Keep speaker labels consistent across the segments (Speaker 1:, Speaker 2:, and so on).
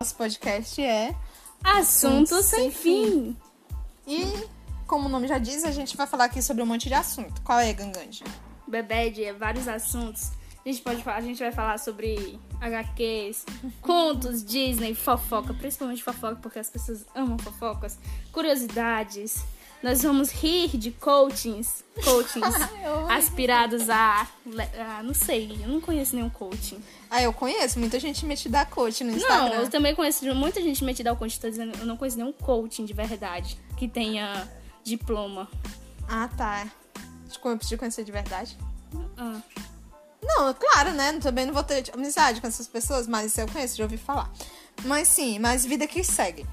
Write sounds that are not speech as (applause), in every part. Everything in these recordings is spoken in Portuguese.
Speaker 1: Nosso podcast é
Speaker 2: Assunto
Speaker 1: Sem
Speaker 2: sem fim.
Speaker 1: E, como o nome já diz, a gente vai falar aqui sobre um monte de assunto. Qual é, Ganganja?
Speaker 2: Bebede é vários assuntos. A gente, pode, falar- a gente vai falar sobre HQs, contos, Disney, fofoca, principalmente fofoca, porque as pessoas amam fofocas, curiosidades. Nós vamos rir de coachings, (laughs) coachings aspirados a, a- Não sei, eu não conheço nenhum coaching.
Speaker 1: Ah, eu conheço. Muita gente mete da coach no
Speaker 2: Não,
Speaker 1: Instagram.
Speaker 2: eu também conheço muita gente metida ao coaching, tô dizendo, eu não conheço nenhum coaching de verdade que tenha diploma.
Speaker 1: Ah, tá. Desculpa, eu preciso conhecer de verdade.
Speaker 2: Ah,
Speaker 1: Não, é claro, né? Também não vou ter amizade com essas pessoas, mas eu conheço, já ouvi falar. Mas sim, mas vida que segue.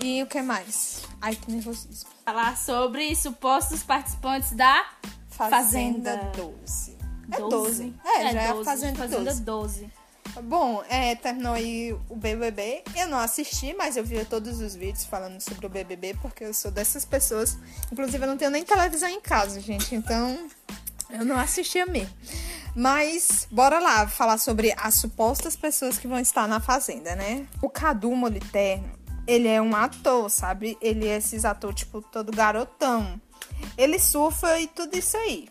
Speaker 1: E o que mais? Ai, que nervosismo.
Speaker 2: falar sobre supostos participantes da
Speaker 1: Fazenda,
Speaker 2: Fazenda.
Speaker 1: 12. É 12. É, já é a Fazenda, 12.
Speaker 2: 12.
Speaker 1: Bom, é, terminou aí o BBB. Eu não assisti, mas eu vi todos os vídeos falando sobre o BBB, porque eu sou dessas pessoas. Inclusive, eu não tenho nem televisão em casa, gente. Então, eu não assistia mesmo. Mas, bora lá falar sobre as supostas pessoas que vão estar na Fazenda, né? O Cadu Moliterno, ele é um ator, sabe? Ele é esses ator, tipo, todo garotão. Ele surfa e tudo isso aí.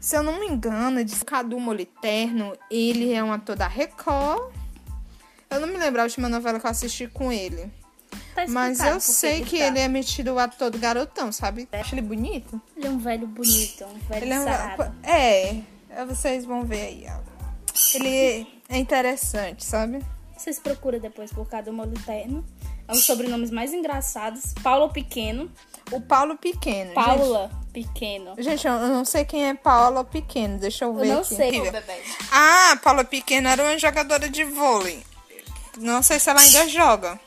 Speaker 1: Se eu não me engano, de Cadu Moliterno, ele é um ator da Record. Eu não me lembro a última novela que eu assisti com ele.
Speaker 2: Tá
Speaker 1: Mas
Speaker 2: explicado
Speaker 1: eu
Speaker 2: por que
Speaker 1: sei que
Speaker 2: tá.
Speaker 1: ele é metido a todo garotão, sabe? Acho ele bonito.
Speaker 2: Ele é um velho bonito, um velho
Speaker 1: Ele é um.
Speaker 2: sarado.
Speaker 1: É, é, vocês vão ver aí. ó. Ele é interessante, sabe?
Speaker 2: Vocês procuram depois por Cadu Moliterno. É um dos sobrenomes mais engraçados. Paulo Pequeno.
Speaker 1: O Paulo Pequeno.
Speaker 2: Paula Pequeno.
Speaker 1: Gente, gente, eu eu não sei quem é Paula Pequeno. Deixa eu ver
Speaker 2: Eu não
Speaker 1: aqui.
Speaker 2: sei.
Speaker 1: Ah, Paula Pequeno era uma jogadora de vôlei. Não sei se ela ainda joga.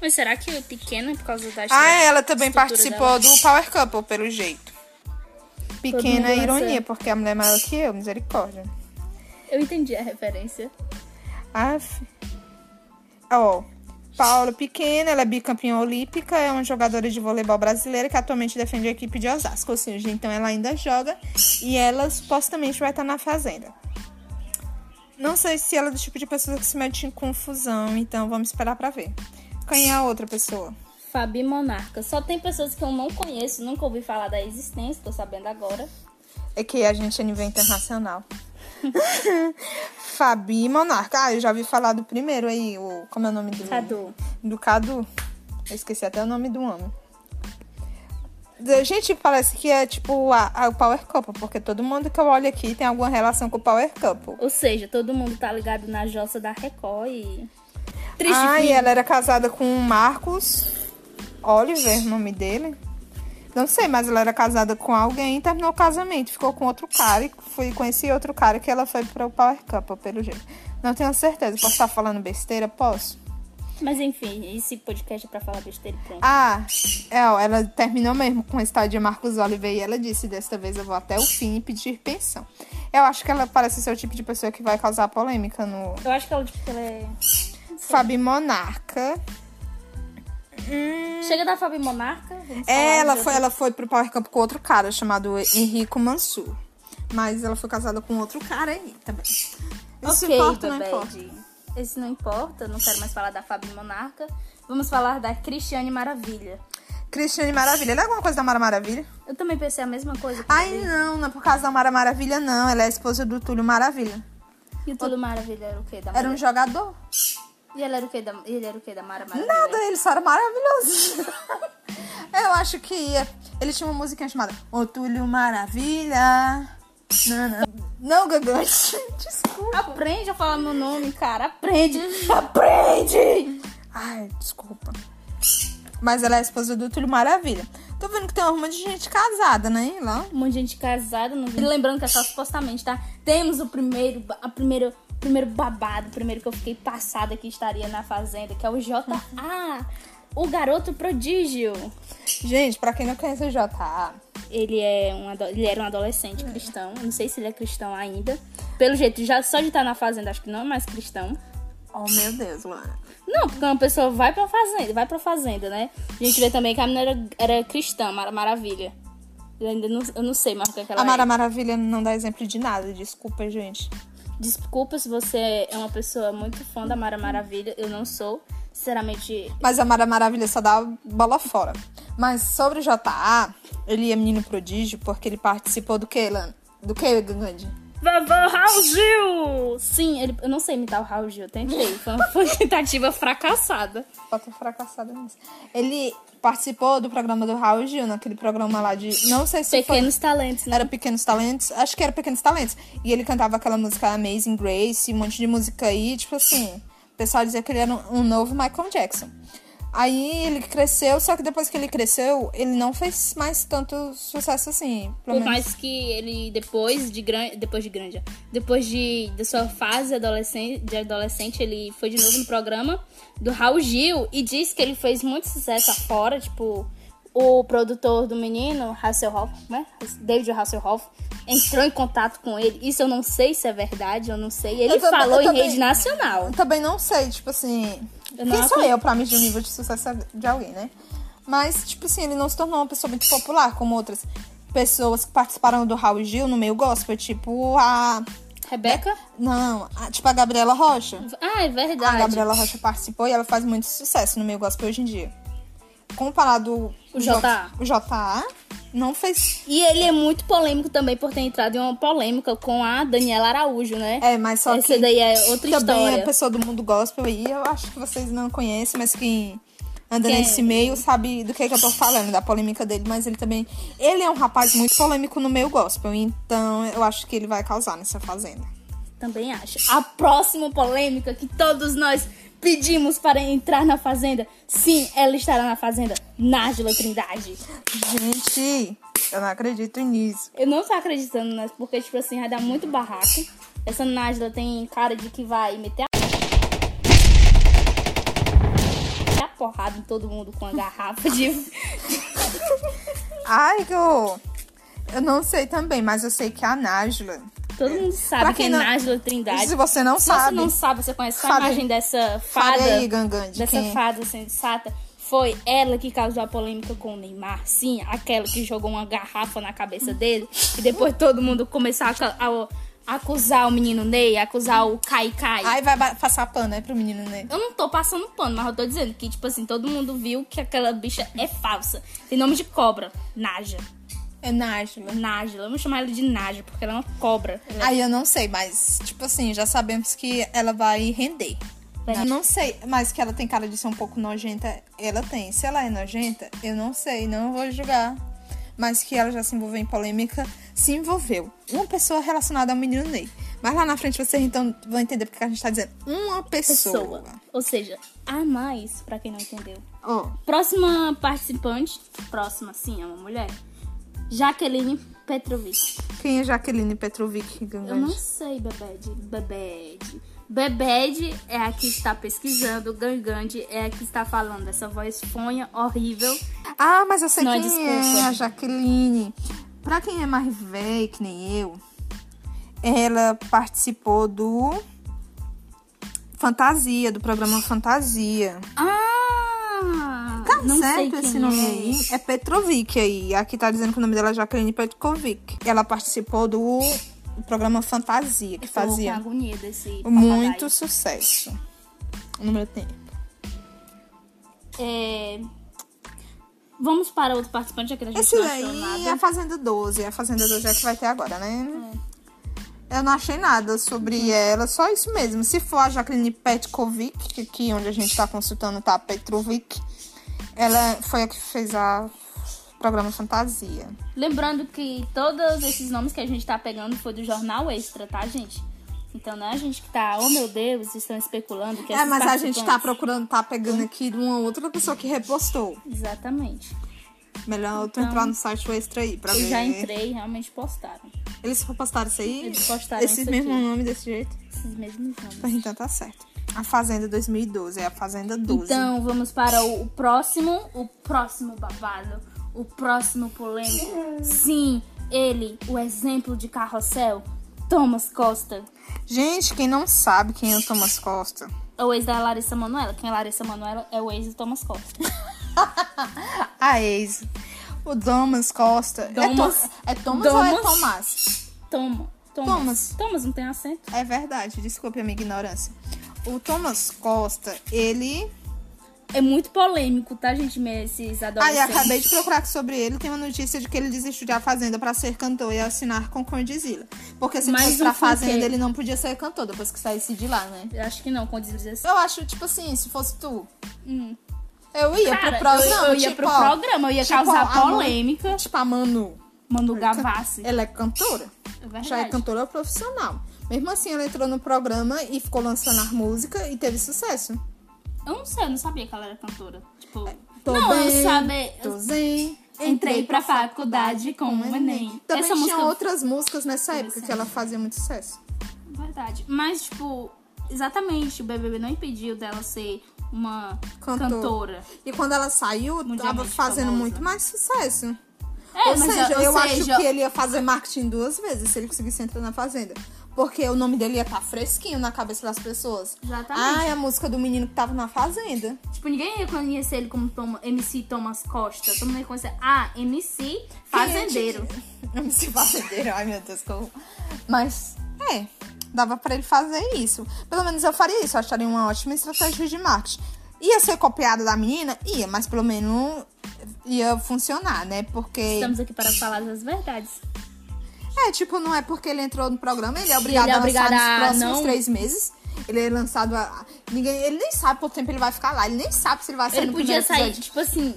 Speaker 2: Mas será que o Pequeno é por causa da
Speaker 1: Ah,
Speaker 2: estrutura-
Speaker 1: ela também
Speaker 2: estrutura
Speaker 1: participou do Power Couple, pelo jeito.
Speaker 2: mundo
Speaker 1: Pequena
Speaker 2: lança-
Speaker 1: ironia, porque a mulher é maior que eu, misericórdia.
Speaker 2: dela?
Speaker 1: é.
Speaker 2: Eu entendi a referência.
Speaker 1: Aff. Ó, Paula Pequena, ela é bicampeã olímpica, é uma jogadora de voleibol brasileira que atualmente defende a equipe de Osasco, ou seja, então ela ainda joga e ela supostamente vai estar na fazenda. Não sei se ela é do tipo de pessoa que se mete em confusão, então vamos esperar pra ver. Quem é a outra pessoa?
Speaker 2: Fabi Monarca. Só tem pessoas que eu não conheço, nunca ouvi falar da existência, tô sabendo agora.
Speaker 1: É que a gente é nível internacional. (laughs) Fabi Monarca. Ah, eu já ouvi falar do primeiro aí. O, como é o nome do...
Speaker 2: Cadu.
Speaker 1: Do Cadu. Eu esqueci até o nome do homem. Da- Gente, parece que é tipo a, a- o Power Couple, porque todo mundo que eu olho aqui tem alguma relação com o Power Couple.
Speaker 2: Ou seja, todo mundo tá ligado na jossa da Record e. Triste
Speaker 1: ah,
Speaker 2: fim.
Speaker 1: e ela era casada com o Marcos Oliver, o nome dele. Não sei, mas ela era casada com alguém e terminou o casamento. Ficou com outro cara e foi com esse outro cara que ela foi para o Power Couple, pelo jeito. Não tenho certeza. Posso estar falando besteira? Posso?
Speaker 2: Mas enfim, esse podcast é pra falar besteira e pronto.
Speaker 1: Ah, é, ó, ela terminou mesmo com esse tal de Marcos Oliver e ela disse: desta vez eu vou até o fim e pedir pensão. Eu acho que ela parece ser o tipo de pessoa que vai causar polêmica no,
Speaker 2: Eu acho que ela, tipo, que ela é.
Speaker 1: Fabi Monarca.
Speaker 2: Chega da Fabi Monarca. vamos falar
Speaker 1: É, ela
Speaker 2: de
Speaker 1: foi, ela foi pro Power Camp com outro cara chamado Henrico Mansur. Mas ela foi casada com outro cara aí também. Isso
Speaker 2: Ok,
Speaker 1: importa, não
Speaker 2: Bebede.
Speaker 1: importa.
Speaker 2: Esse não importa, não quero mais falar da Fabi Monarca. Vamos falar da Cristiane Maravilha.
Speaker 1: Cristiane Maravilha. Ela é alguma coisa da Mara Maravilha?
Speaker 2: Eu também pensei a mesma coisa. que
Speaker 1: Ai, não, não é por causa da Mara Maravilha, não. Ela é a esposa do Túlio Maravilha.
Speaker 2: E o Tudo Maravilha era o quê? Da
Speaker 1: Era um
Speaker 2: Mara-
Speaker 1: jogador.
Speaker 2: E ele era o quê? Da... Ele era o quê? Da Mara Maravilha?
Speaker 1: Nada, ele só era maravilhoso. (laughs) Eu acho que ia. Ele tinha uma musiquinha chamada O Túlio Maravilha. Não, não. Não, Gagante. (laughs) Desculpa.
Speaker 2: Aprende a falar meu nome, cara. Aprende.
Speaker 1: Aprende! Ai, desculpa. Mas ela é a esposa do Túlio Maravilha. Tô vendo que tem uma monte de gente casada, né? Lá.
Speaker 2: Um monte de gente casada. Não... E lembrando que é só supostamente, tá? Temos o primeiro, ba- a primeiro, primeiro babado, o primeiro que eu fiquei passada que estaria na fazenda, que é o J.A., o garoto prodígio.
Speaker 1: Gente, pra quem não conhece o JA,
Speaker 2: Ele, é um, ado- ele era um adolescente cristão. Não sei se ele é cristão ainda. Pelo jeito, já só de estar na fazenda, acho que não é mais cristão.
Speaker 1: oh meu Deus, Luana.
Speaker 2: Não, porque uma pessoa vai pra fazenda, vai pra fazenda, né? A gente vê também que a menina era, era cristã, Mara Maravilha. Eu ainda não, eu não sei mais o que, é que ela
Speaker 1: A Mara
Speaker 2: é.
Speaker 1: Maravilha não dá exemplo de nada, desculpa, gente.
Speaker 2: Desculpa se você é uma pessoa muito fã da Mara Maravilha. Eu não sou. Sinceramente,
Speaker 1: Mas a Mara Maravilha só dá bola fora. Mas sobre o JA, ele é menino prodígio porque ele participou do que, Lan? Do que, Gandhi?
Speaker 2: Vovô Raul Gil! Sim, ele- eu não sei imitar o Raul Gil, eu tentei. Foi uma, foi uma (laughs) tentativa fracassada.
Speaker 1: Foto fracassada nisso. Ele participou do programa do Raul Gil, naquele programa lá de. Não sei se foi.
Speaker 2: Pequenos talentos, né?
Speaker 1: Era Pequenos Talentos? Acho que era Pequenos Talentos. E ele cantava aquela música Amazing Grace, um monte de música aí, tipo assim. O pessoal dizia que ele era um, um novo Michael Jackson. Aí ele cresceu, só que depois que ele cresceu, ele não fez mais tanto sucesso assim. Pelo menos.
Speaker 2: Por mais que ele, depois de grande. Depois de grande, ó. depois de, da sua fase adolescente, de adolescente, ele foi de novo no programa do Raul Gil e disse que ele fez muito sucesso afora, tipo. O produtor do menino, Hasselhoff, né? David Hasselhoff, entrou em contato com ele. Isso eu não sei se é verdade, eu não sei. Ele
Speaker 1: Eu também-
Speaker 2: falou
Speaker 1: eu
Speaker 2: em
Speaker 1: também-
Speaker 2: rede nacional.
Speaker 1: Eu também não sei, tipo assim.
Speaker 2: Eu não
Speaker 1: quem sou
Speaker 2: acon-
Speaker 1: eu pra medir o nível de sucesso de alguém, né? Mas, tipo assim, ele não se tornou uma pessoa muito popular, como outras pessoas que participaram do Raul Gil no meio gospel, tipo a.
Speaker 2: Rebeca?
Speaker 1: Não, a- tipo a Gabriela Rocha.
Speaker 2: Ah, é
Speaker 1: A
Speaker 2: verdade.
Speaker 1: Gabriela Rocha participou e ela faz muito sucesso no meio gospel hoje em dia. Comparado
Speaker 2: O JA.
Speaker 1: O JA não fez.
Speaker 2: E ele é muito polêmico também por ter entrado em uma polêmica com a Daniela Araújo, né?
Speaker 1: É, mas só
Speaker 2: Essa
Speaker 1: que.
Speaker 2: daí é outra
Speaker 1: também
Speaker 2: história.
Speaker 1: é pessoa do mundo gospel aí, eu acho que vocês não conhecem, mas quem anda
Speaker 2: Quem-
Speaker 1: nesse meio sabe do que, que eu tô falando, da polêmica dele, mas ele também. Ele é um rapaz muito polêmico no meio gospel, então eu acho que ele vai causar nessa fazenda.
Speaker 2: Também acho. A próxima polêmica que todos nós pedimos para entrar na Fazenda. Sim, ela estará na Fazenda. Nájila Trindade.
Speaker 1: Gente, eu não acredito nisso.
Speaker 2: Eu não tô acreditando, né? Porque, tipo assim, vai dar muito barraco. Essa Nájila tem cara de que vai meter a... meter a porrada em todo mundo com a garrafa de... (laughs)
Speaker 1: Ai, que eu. Eu não sei também, mas eu sei que a Nájila.
Speaker 2: Todo mundo sabe
Speaker 1: Pra quem
Speaker 2: quem
Speaker 1: não-
Speaker 2: é Nájila Trindade.
Speaker 1: Se você não
Speaker 2: Se
Speaker 1: sabe.
Speaker 2: você não sabe, você conhece só a
Speaker 1: Fada-
Speaker 2: imagem dessa
Speaker 1: fala
Speaker 2: fada.
Speaker 1: aí, Gangande.
Speaker 2: dessa
Speaker 1: quem- é?
Speaker 2: fada sensata. Foi ela que causou a polêmica com o Neymar. Sim, aquela que jogou uma garrafa na cabeça dele. E depois todo mundo começou a, ca- a- a acusar o menino Ney, a acusar o Kai Kai.
Speaker 1: Ai, vai ba- passar pano, né, pro menino, né?
Speaker 2: Eu não tô passando pano, mas eu tô dizendo que, tipo assim, todo mundo viu que aquela bicha é falsa. Tem nome de cobra. Naja.
Speaker 1: É Nájila.
Speaker 2: Nájila. Vamos chamar ela de Naja, porque ela é uma cobra. Ela
Speaker 1: Aí eu não sei, mas, tipo assim, já sabemos que ela vai render.
Speaker 2: Vai.
Speaker 1: Eu não sei, mas que ela tem cara de ser um pouco nojenta, ela tem. Se ela é nojenta, eu não sei, não vou julgar. Mas que ela já se envolveu em polêmica, se envolveu. Uma pessoa relacionada ao menino Ney. Mas lá na frente vocês então vão entender porque a gente tá dizendo uma pessoa.
Speaker 2: pessoa. Ou seja, a mais, pra quem não entendeu.
Speaker 1: Ó,
Speaker 2: Próxima participante, próxima sim, é uma mulher. Jaqueline Petrovic.
Speaker 1: quem é Jaqueline Petrovic?
Speaker 2: Eu não sei, Bebede. Bebede. Bebede é a que está pesquisando, Gangande é a que está falando. Essa voz fonha, horrível.
Speaker 1: Ah, mas eu sei
Speaker 2: Não,
Speaker 1: quem
Speaker 2: desculpa.
Speaker 1: é, a Jaqueline. Pra quem é mais velho, que nem eu, ela participou do Fantasia, do programa Fantasia.
Speaker 2: Ah!
Speaker 1: Tá
Speaker 2: não sei
Speaker 1: certo
Speaker 2: quem
Speaker 1: esse
Speaker 2: é.
Speaker 1: nome aí? É Petrovic aí. Aqui tá dizendo que o nome dela é Jaqueline Petrovic. Ela participou do programa Fantasia, que
Speaker 2: Eu tô com
Speaker 1: fazia
Speaker 2: agonia desse
Speaker 1: muito
Speaker 2: papagaio.
Speaker 1: sucesso no meu tempo.
Speaker 2: É, Vamos para outro participante aqui da gente
Speaker 1: Esse
Speaker 2: não achou
Speaker 1: daí
Speaker 2: nada.
Speaker 1: é a Fazenda 12. A Fazenda 12 é que vai ter agora, né?
Speaker 2: É.
Speaker 1: Eu não achei nada sobre ela, só isso mesmo. Se for a Jacqueline Petkovic, que aqui onde a gente tá consultando tá Petrovic, ela foi a que fez a programa Fantasia.
Speaker 2: Lembrando que todos esses nomes que a gente tá pegando foi do jornal Extra, tá, gente? Então não é a gente que tá, oh meu Deus, estão especulando que
Speaker 1: É,
Speaker 2: esses
Speaker 1: mas a gente tá
Speaker 2: participantes-
Speaker 1: procurando, tá pegando aqui de uma outra pessoa que repostou.
Speaker 2: Exatamente.
Speaker 1: Melhor tu
Speaker 2: Então,
Speaker 1: entrar no site do Extra aí pra
Speaker 2: Eu
Speaker 1: ver.
Speaker 2: já entrei e realmente postaram
Speaker 1: Eles postaram isso aí?
Speaker 2: Eles postaram
Speaker 1: Esse
Speaker 2: isso
Speaker 1: mesmo
Speaker 2: aqui.
Speaker 1: nome desse jeito?
Speaker 2: esses mesmos nomes.
Speaker 1: Então tá certo. A Fazenda 2012, é a Fazenda 12.
Speaker 2: Então vamos para o, o próximo, o próximo babado, o próximo polêmico. Sim, ele, o exemplo de carrossel, Thomas Costa.
Speaker 1: Gente, quem não sabe quem é o Thomas Costa?
Speaker 2: É o ex da Larissa Manoela. Quem é Larissa Manoela é o ex do Thomas Costa.
Speaker 1: A ex. O Thomas Costa. É,
Speaker 2: Thomas.
Speaker 1: To- é Thomas ou é
Speaker 2: Thomas.
Speaker 1: Tomás?
Speaker 2: Toma. Thomas. Thomas não tem acento.
Speaker 1: É verdade, desculpe a minha ignorância. O Thomas Costa, ele.
Speaker 2: É muito polêmico, tá, gente? Esses
Speaker 1: Ah, e
Speaker 2: adolescentes.
Speaker 1: acabei de procurar aqui sobre ele. Tem uma notícia de que ele desistiu de A Fazenda pra ser cantor e assinar com Condizila. Porque se
Speaker 2: Mas
Speaker 1: fosse
Speaker 2: não
Speaker 1: pra
Speaker 2: foi
Speaker 1: Fazenda,
Speaker 2: que-
Speaker 1: ele não podia ser cantor depois que saísse de lá, né?
Speaker 2: Eu acho que não, com 16.
Speaker 1: Eu acho, tipo assim, se fosse tu. Hum. Eu ia
Speaker 2: Cara,
Speaker 1: pro programa.
Speaker 2: eu, eu ia
Speaker 1: tipo,
Speaker 2: pro
Speaker 1: ó,
Speaker 2: programa, eu ia
Speaker 1: tipo,
Speaker 2: causar
Speaker 1: a Manu-
Speaker 2: polêmica.
Speaker 1: Tipo, a Manu.
Speaker 2: Manu Gavassi.
Speaker 1: Ela é cantora.
Speaker 2: É verdade.
Speaker 1: Já é cantora profissional. Mesmo assim, ela entrou no programa e ficou lançando a música e teve sucesso.
Speaker 2: Eu não sei, eu não sabia que ela era cantora. Tipo,
Speaker 1: É, Tô
Speaker 2: não,
Speaker 1: bem,
Speaker 2: eu sabia.
Speaker 1: tô zen,
Speaker 2: Entrei pra faculdade com o Enem.
Speaker 1: um Também
Speaker 2: Essa
Speaker 1: tinha
Speaker 2: música. é
Speaker 1: outras músicas nessa época
Speaker 2: Evanescence.
Speaker 1: que ela fazia muito sucesso.
Speaker 2: Verdade. Mas, tipo, exatamente, o BBB não impediu dela ser uma
Speaker 1: Cantora.
Speaker 2: cantora.
Speaker 1: E quando ela saiu, tava
Speaker 2: Mundialmente
Speaker 1: fazendo
Speaker 2: famosa.
Speaker 1: muito mais sucesso.
Speaker 2: É,
Speaker 1: ou
Speaker 2: mas
Speaker 1: seja,
Speaker 2: ou
Speaker 1: eu
Speaker 2: seja,
Speaker 1: acho que ele ia fazer marketing duas vezes se ele conseguisse entrar na Fazenda. Porque o nome dele ia estar fresquinho na cabeça das pessoas.
Speaker 2: Exatamente.
Speaker 1: Ah, é a música do menino que tava na Fazenda.
Speaker 2: Tipo, ninguém ia conhecer ele como Toma- MC Thomas Costa. Todo mundo ia conhecer. Ah, MC Fazendeiro.
Speaker 1: Não me sinto fazendeiro, ai meu Deus, como. Mas, é, dava pra ele fazer isso. Pelo menos eu faria isso, eu acharia uma ótima estratégia de marketing. Ia ser copiado da menina? Ia, mas pelo menos ia funcionar, né? Porque.
Speaker 2: Estamos aqui para falar das verdades.
Speaker 1: É, tipo, não é porque ele entrou no programa, ele é obrigado,
Speaker 2: Ele é
Speaker 1: a
Speaker 2: obrigado a
Speaker 1: lançar nos próximos
Speaker 2: não-
Speaker 1: três meses. Ele é lançado a. Ninguém, ele nem sabe quanto tempo ele vai ficar lá, ele nem sabe se ele vai sair
Speaker 2: Ele
Speaker 1: no
Speaker 2: podia
Speaker 1: primeiro
Speaker 2: sair,
Speaker 1: episódio.
Speaker 2: tipo assim.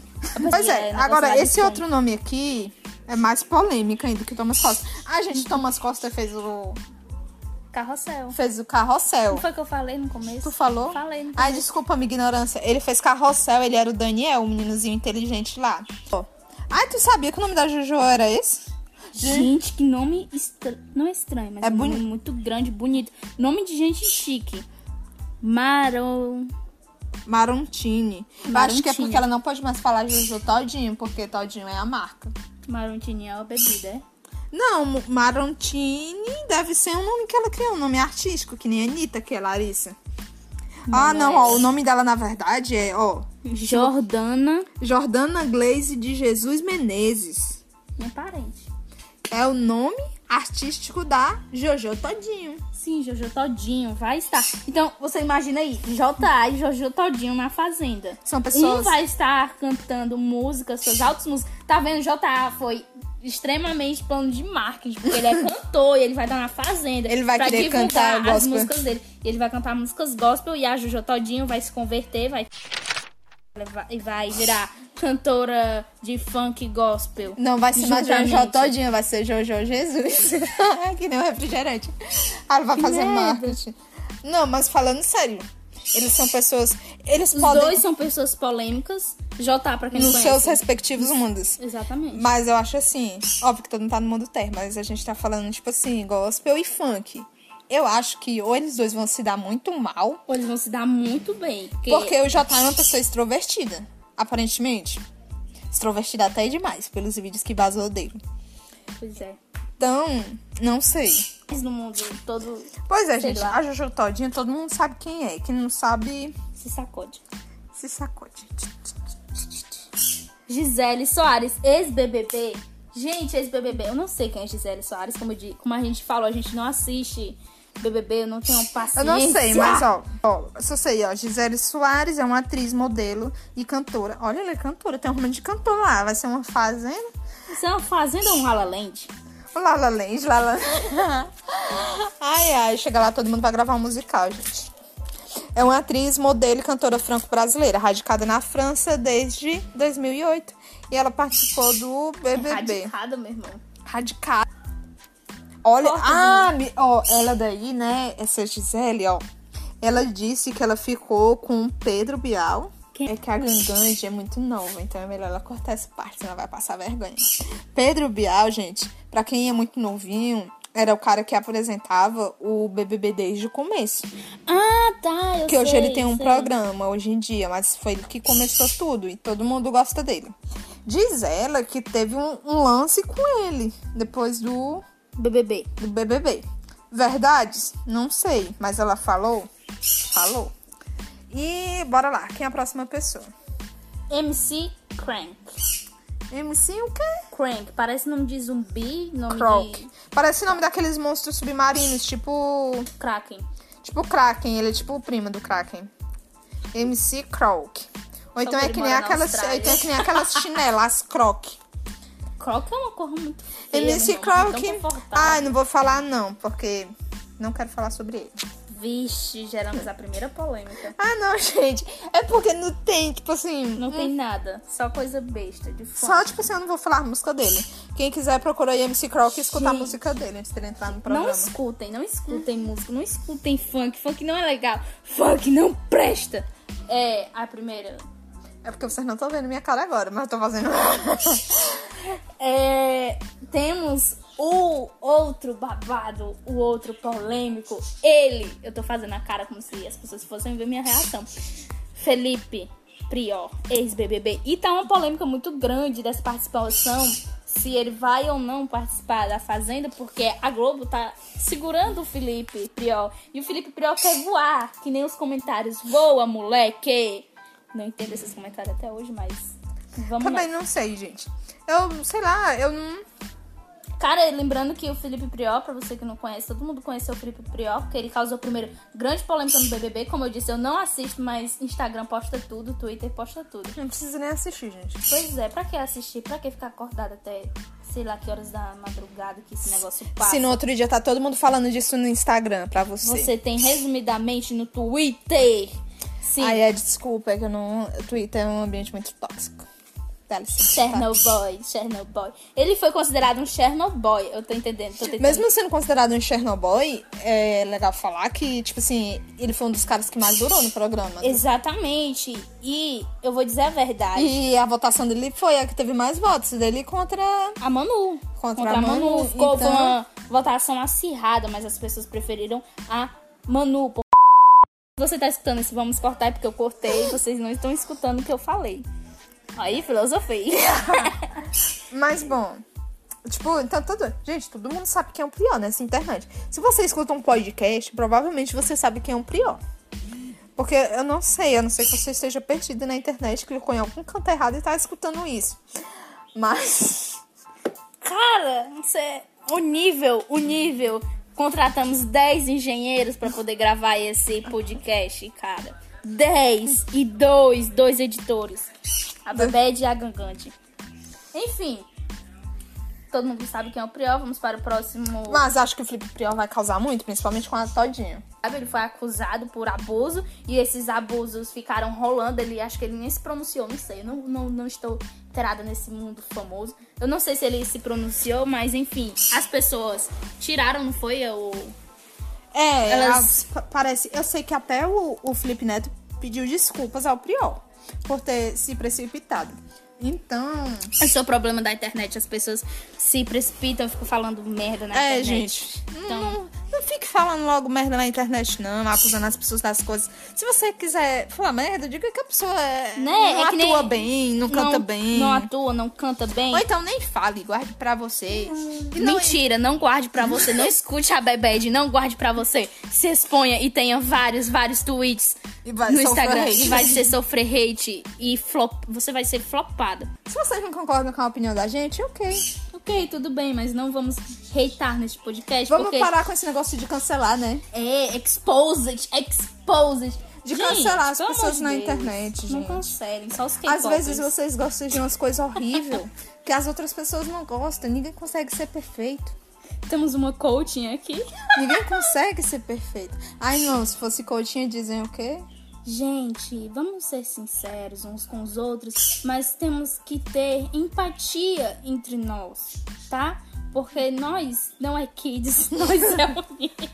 Speaker 1: Pois é, agora esse
Speaker 2: outro
Speaker 1: outro nome aqui é mais polêmico ainda que o Thomas Costa. Ah, gente, o Thomas Costa fez o
Speaker 2: Carrossel.
Speaker 1: fez o carrossel.
Speaker 2: Não foi o que eu falei no começo?
Speaker 1: Tu falou? Ah,
Speaker 2: Falei no
Speaker 1: Ai, desculpa minha ignorância. Ele fez carrossel, ele era o Daniel, o meninozinho inteligente lá. Ó. Ai, tu sabia que o nome da Jojo era esse?
Speaker 2: Gente, que nome estra... não é estranho, mas
Speaker 1: É
Speaker 2: é um nome
Speaker 1: boni-
Speaker 2: muito grande, bonito. Nome de gente chique. Maron.
Speaker 1: Marontini. Eu acho que é
Speaker 2: Marontini.
Speaker 1: porque ela não pode mais falar Jojo Todinho, porque Todinho é a marca.
Speaker 2: Marontini é uma bebida, é?
Speaker 1: Não, Mo- Marontini deve ser um nome que ela criou, um nome artístico, que nem Anitta, que é Larissa. ah, não,
Speaker 2: não é.
Speaker 1: ó, o nome dela na verdade é, ó,
Speaker 2: Jordana.
Speaker 1: Jordana Glaze de Jesus Menezes.
Speaker 2: Minha parente.
Speaker 1: É o nome artístico da Jojo Todinho.
Speaker 2: Sim, Jojo Todinho, vai estar. Então, você imagina aí, J.A. e Jojo Todinho na Fazenda.
Speaker 1: São pessoas-
Speaker 2: Um vai estar cantando músicas, suas altas músicas. Tá vendo, J.A. foi extremamente plano de marketing,
Speaker 1: (laughs)
Speaker 2: porque ele é cantor e ele vai estar na Fazenda.
Speaker 1: Ele vai
Speaker 2: pra
Speaker 1: querer
Speaker 2: divulgar
Speaker 1: cantar
Speaker 2: as
Speaker 1: gospel.
Speaker 2: músicas dele. E ele vai cantar músicas gospel e a Jojo Todinho vai se converter, vai... Ela vai- E vai virar cantora de funk gospel.
Speaker 1: Não vai ser mais Jojo
Speaker 2: Juntamente.
Speaker 1: Todinho, vai ser Jojo Jesus. (laughs) que nem o refrigerante. Ah, ela vai fazer
Speaker 2: merda.
Speaker 1: marketing. Não, mas falando sério, eles são pessoas. Eles
Speaker 2: Os
Speaker 1: podem.
Speaker 2: dois são pessoas polêmicas. J.A. pra quem não
Speaker 1: nos
Speaker 2: conhece.
Speaker 1: seus respectivos mundos.
Speaker 2: Exatamente.
Speaker 1: Mas eu acho assim, óbvio que todo mundo tá no mundo ter, mas a gente tá falando, tipo assim, gospel e funk. Eu acho que ou eles dois vão se dar muito mal,
Speaker 2: Ou eles vão se dar muito bem. Porque,
Speaker 1: porque o Jota é uma pessoa extrovertida, aparentemente. Extrovertida até demais, pelos vídeos que vazou dele.
Speaker 2: Pois é.
Speaker 1: Então, não sei.
Speaker 2: Mas no mundo todo
Speaker 1: Pois é,
Speaker 2: Sei
Speaker 1: gente,
Speaker 2: lá.
Speaker 1: a Jojo Todinha, todo mundo sabe quem é. Quem não sabe,
Speaker 2: se sacode.
Speaker 1: se sacode.
Speaker 2: Gisele Soares, ex-BBB. Gente, ex-BBB. Eu não sei quem é Gisele Soares. Como, eu di- como a gente falou, a gente não assiste BBB. Eu não tenho paciência.
Speaker 1: Eu não sei, mas ó, ó, eu só sei, ó, Gisele Soares é uma atriz, modelo e cantora. Olha, ela é cantora, tem um nome de cantor lá, vai ser uma fazenda.
Speaker 2: Isso é uma fazenda ou um Lala Land?
Speaker 1: O Lala Land, Lala... (laughs) ai, ai, chega lá, todo mundo vai gravar um musical, gente. É uma atriz, modelo e cantora franco-brasileira, radicada na França desde 2008. E ela participou do BBB.
Speaker 2: Radicada, meu irmão.
Speaker 1: Radicada. Olha,
Speaker 2: Corta,
Speaker 1: ah, me- ó, ela daí, né, essa Gisele, ó, ela disse que ela ficou com o Pedro Bial.
Speaker 2: Quem?
Speaker 1: É que a Gangange é muito nova, então é melhor ela cortar essa parte, senão ela vai passar vergonha. Pedro Bial, gente, pra quem é muito novinho, era o cara que apresentava o BBB desde o começo.
Speaker 2: Ah, tá. Eu
Speaker 1: Que hoje
Speaker 2: sei,
Speaker 1: ele tem um
Speaker 2: sei.
Speaker 1: programa, hoje em dia, mas foi ele que começou tudo e todo mundo gosta dele. Diz ela que teve um, um lance com ele depois do,
Speaker 2: BBB.
Speaker 1: do BBB. Verdades? Não sei, mas ela falou. Falou. E bora lá, quem é a próxima pessoa?
Speaker 2: MC Crank.
Speaker 1: MC o quê?
Speaker 2: Crank, parece nome de zumbi, nome
Speaker 1: Croc.
Speaker 2: de
Speaker 1: Parece o nome daqueles monstros submarinos, tipo.
Speaker 2: Kraken.
Speaker 1: Tipo o Kraken, ele é tipo o primo do Kraken. MC Croc. Ou então é
Speaker 2: que ele
Speaker 1: que, nem
Speaker 2: mora na
Speaker 1: aquelas, ou
Speaker 2: Austrália.
Speaker 1: então é que nem
Speaker 2: (laughs)
Speaker 1: aquelas chinelas Croc.
Speaker 2: Croc é uma cor muito feia.
Speaker 1: MC
Speaker 2: meu nome,
Speaker 1: Croc.
Speaker 2: Tão confortável.
Speaker 1: Ai, não vou falar não, porque não quero falar sobre ele.
Speaker 2: Vixe, geramos a primeira polêmica.
Speaker 1: Ah, não, (laughs) gente. É porque não tem, tipo assim.
Speaker 2: Não tem nada, só coisa besta, de fã.
Speaker 1: Só, tipo assim, eu não vou falar a música dele. Quem quiser procurar aí MC Croc e escutar a
Speaker 2: Gente.
Speaker 1: música dele antes dele entrar no
Speaker 2: Não
Speaker 1: programa.
Speaker 2: escutem, não escutem música, não escutem funk. Funk não é legal, funk não presta. É, a primeira.
Speaker 1: É porque vocês não estão vendo minha cara agora, mas eu tô fazendo. (laughs)
Speaker 2: É, temos o outro babado, o outro polêmico. Ele, eu tô fazendo a cara como se as pessoas fossem ver minha reação. Felipe Prior, ex-BBB. E tá uma polêmica muito grande dessa participação. Se ele vai ou não participar da Fazenda, porque a Globo tá segurando o Felipe Prior. E o Felipe Prior quer voar, que nem os comentários. Voa, moleque! Não entendo esses comentários até hoje, mas vamos lá.
Speaker 1: Também não sei, gente. Eu, sei lá, eu não.
Speaker 2: Cara, lembrando que o Felipe Prior, pra você que não conhece, todo mundo conheceu o Felipe Prior, porque ele causou primeiro grande polêmica no BBB. Como eu disse, eu não assisto, mas Instagram posta tudo, Twitter posta tudo.
Speaker 1: Não precisa nem assistir, gente.
Speaker 2: Pois é, pra que assistir? Pra que ficar acordado até sei lá que horas da madrugada que esse negócio passa?
Speaker 1: Se no outro dia tá todo mundo falando disso no Instagram pra você.
Speaker 2: Você tem resumidamente no Twitter. Sim,
Speaker 1: Ai, é desculpa, é que eu não. o Twitter é um ambiente muito tóxico. Dá licença. tá?
Speaker 2: Chernobyl, Chernobyl. Ele foi considerado um Chernobyl, eu tô entendendo, tô tentando.
Speaker 1: Mesmo sendo considerado um Chernobyl, é legal falar que, tipo assim, ele foi um dos caras que mais durou no programa.
Speaker 2: Exatamente. E eu vou dizer a verdade.
Speaker 1: E a votação dele foi a que teve mais votos dele contra.
Speaker 2: A Manu.
Speaker 1: Contra
Speaker 2: a
Speaker 1: a
Speaker 2: Manu.
Speaker 1: Manu,
Speaker 2: Ficou
Speaker 1: então-
Speaker 2: uma votação acirrada, mas as pessoas preferiram a Manu. por- Se você tá escutando isso, vamos cortar, é porque eu cortei e vocês não estão escutando o que eu falei. Aí, filosofei. (laughs)
Speaker 1: Mas bom. Tipo, então todo. Gente, todo mundo sabe quem é o Prior nessa internet. Se você escuta um podcast, provavelmente você sabe quem é o Prior. Porque eu não sei, a não ser que você esteja perdido na internet, clicou em algum canto errado e tá escutando isso. Mas.
Speaker 2: Cara, você... o nível, o nível. Contratamos 10 engenheiros pra poder gravar esse podcast, cara. 10 e dois, dois editores. A Bebede e a Gangante. Enfim, todo mundo sabe quem é o Prior. Vamos para o próximo.
Speaker 1: Mas acho que o Felipe Prior vai causar muito, principalmente com a Todinho.
Speaker 2: Sabe, Ele foi acusado por abuso e esses abusos ficaram rolando. Ele acho que ele nem se pronunciou, não sei. Eu não, não, não estou inteirada nesse mundo famoso. Eu não sei se ele se pronunciou, mas enfim, as pessoas tiraram, não foi? O...
Speaker 1: É,
Speaker 2: Elas-
Speaker 1: elas... parece. Eu sei que até o, o Felipe Neto pediu desculpas ao Priol por ter se precipitado. Então.
Speaker 2: Esse é o problema da internet. As pessoas se precipitam, ficam falando merda na
Speaker 1: É,
Speaker 2: internet.
Speaker 1: gente.
Speaker 2: Então-
Speaker 1: Não, não fique falando logo merda na internet, não, acusando as pessoas das coisas. Se você quiser falar merda, diga que a pessoa é,
Speaker 2: Né?
Speaker 1: não
Speaker 2: É que nem-
Speaker 1: atua bem, não canta bem.
Speaker 2: Não atua, não canta bem.
Speaker 1: Ou então nem fale, guarde pra você.
Speaker 2: Hum.
Speaker 1: E não- é.
Speaker 2: Mentira, não guarde pra
Speaker 1: (laughs)
Speaker 2: você, não escute a Bebede, não guarde pra você. Se exponha e tenha vários, vários tweets
Speaker 1: E vai
Speaker 2: no
Speaker 1: sofrer
Speaker 2: Instagram
Speaker 1: hate.
Speaker 2: e vai ser sofrer hate e flop, você vai ser flopada.
Speaker 1: Se vocês não concordam com a opinião da gente, ok.
Speaker 2: Ok, tudo bem, mas não vamos hatear neste podcast
Speaker 1: Vamos
Speaker 2: porque
Speaker 1: parar com esse negócio de cancelar, né?
Speaker 2: é exposed, exposed.
Speaker 1: De
Speaker 2: Gente,
Speaker 1: cancelar as
Speaker 2: pelo amor
Speaker 1: pessoas
Speaker 2: de
Speaker 1: na
Speaker 2: Deus,
Speaker 1: internet,
Speaker 2: Não
Speaker 1: gente.
Speaker 2: cancelem, só os
Speaker 1: Às
Speaker 2: K-popers.
Speaker 1: vezes vocês gostam de umas coisas horríveis (laughs) que as outras pessoas não gostam. Ninguém consegue ser perfeito.
Speaker 2: Temos uma coaching aqui.
Speaker 1: Ninguém consegue ser perfeito. Ai, não, se fosse coaching, dizem o quê?
Speaker 2: Gente, vamos ser sinceros uns com os outros, mas temos que ter empatia entre nós, tá? Porque nós não é kids, (laughs) nós é unidos.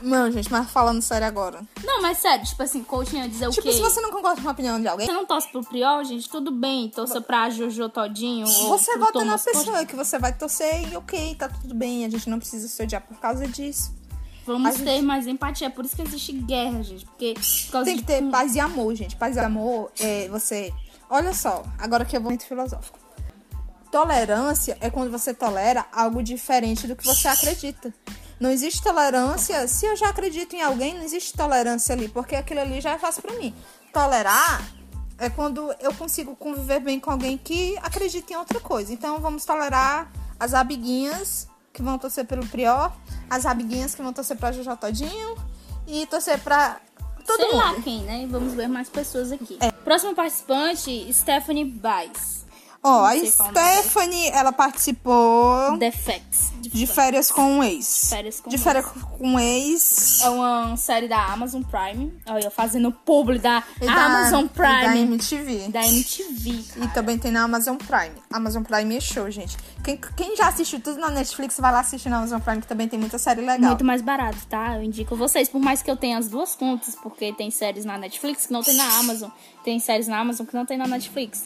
Speaker 1: Não, gente, mas falando sério agora.
Speaker 2: Não, mas sério, tipo assim, coaching ia dizer o
Speaker 1: Tipo,
Speaker 2: quê?
Speaker 1: se você não concorda com a opinião de alguém,
Speaker 2: Você não torce pro Priol, gente, tudo bem. Torça pra Jojo Todinho. ou
Speaker 1: você
Speaker 2: pro
Speaker 1: vota na
Speaker 2: Thomas Costa.
Speaker 1: pessoa que você vai torcer e ok, tá tudo bem. A gente não precisa se odiar por causa disso.
Speaker 2: Vamos
Speaker 1: A gente-
Speaker 2: ter mais empatia. É Por isso que existe guerra, gente. Porque por causa
Speaker 1: Tem
Speaker 2: de
Speaker 1: que ter paz e amor, gente. Paz e amor é você. Olha só, agora que eu vou muito filosófico. Tolerância é quando você tolera algo diferente do que você acredita. Não existe tolerância. Se eu já acredito em alguém, não existe tolerância ali, porque aquilo ali já é fácil pra mim. Tolerar é quando eu consigo conviver bem com alguém que acredita em outra coisa. Então vamos tolerar as abiguinhas que vão torcer pelo Prior, as abiguinhas que vão torcer pra Jojo Todinho e torcer pra todo
Speaker 2: Sei
Speaker 1: mundo. É.
Speaker 2: lá quem, né? Vamos ver mais pessoas aqui. Próximo participante, Stephanie Baez.
Speaker 1: Ó, a
Speaker 2: sei qual o nome dela.
Speaker 1: Stephanie, ela participou
Speaker 2: Defects.
Speaker 1: de férias com um ex.
Speaker 2: Férias com
Speaker 1: de
Speaker 2: um
Speaker 1: férias com um ex.
Speaker 2: É uma série da Amazon Prime. Olha, eu fazendo publi da
Speaker 1: E da- Ah,
Speaker 2: Amazon
Speaker 1: e Da
Speaker 2: Prime.
Speaker 1: MTV.
Speaker 2: Da MTV.
Speaker 1: E também tem na Amazon Prime. Amazon Prime é show, gente. Quem, quem já assistiu tudo na Netflix, vai lá assistir na Amazon Prime, que também tem muita série legal.
Speaker 2: É Muito mais barato, tá? Eu indico vocês. Por mais que eu tenha as duas contas, porque tem séries na Netflix que não tem na Amazon. Tem séries na Amazon que não tem na Netflix.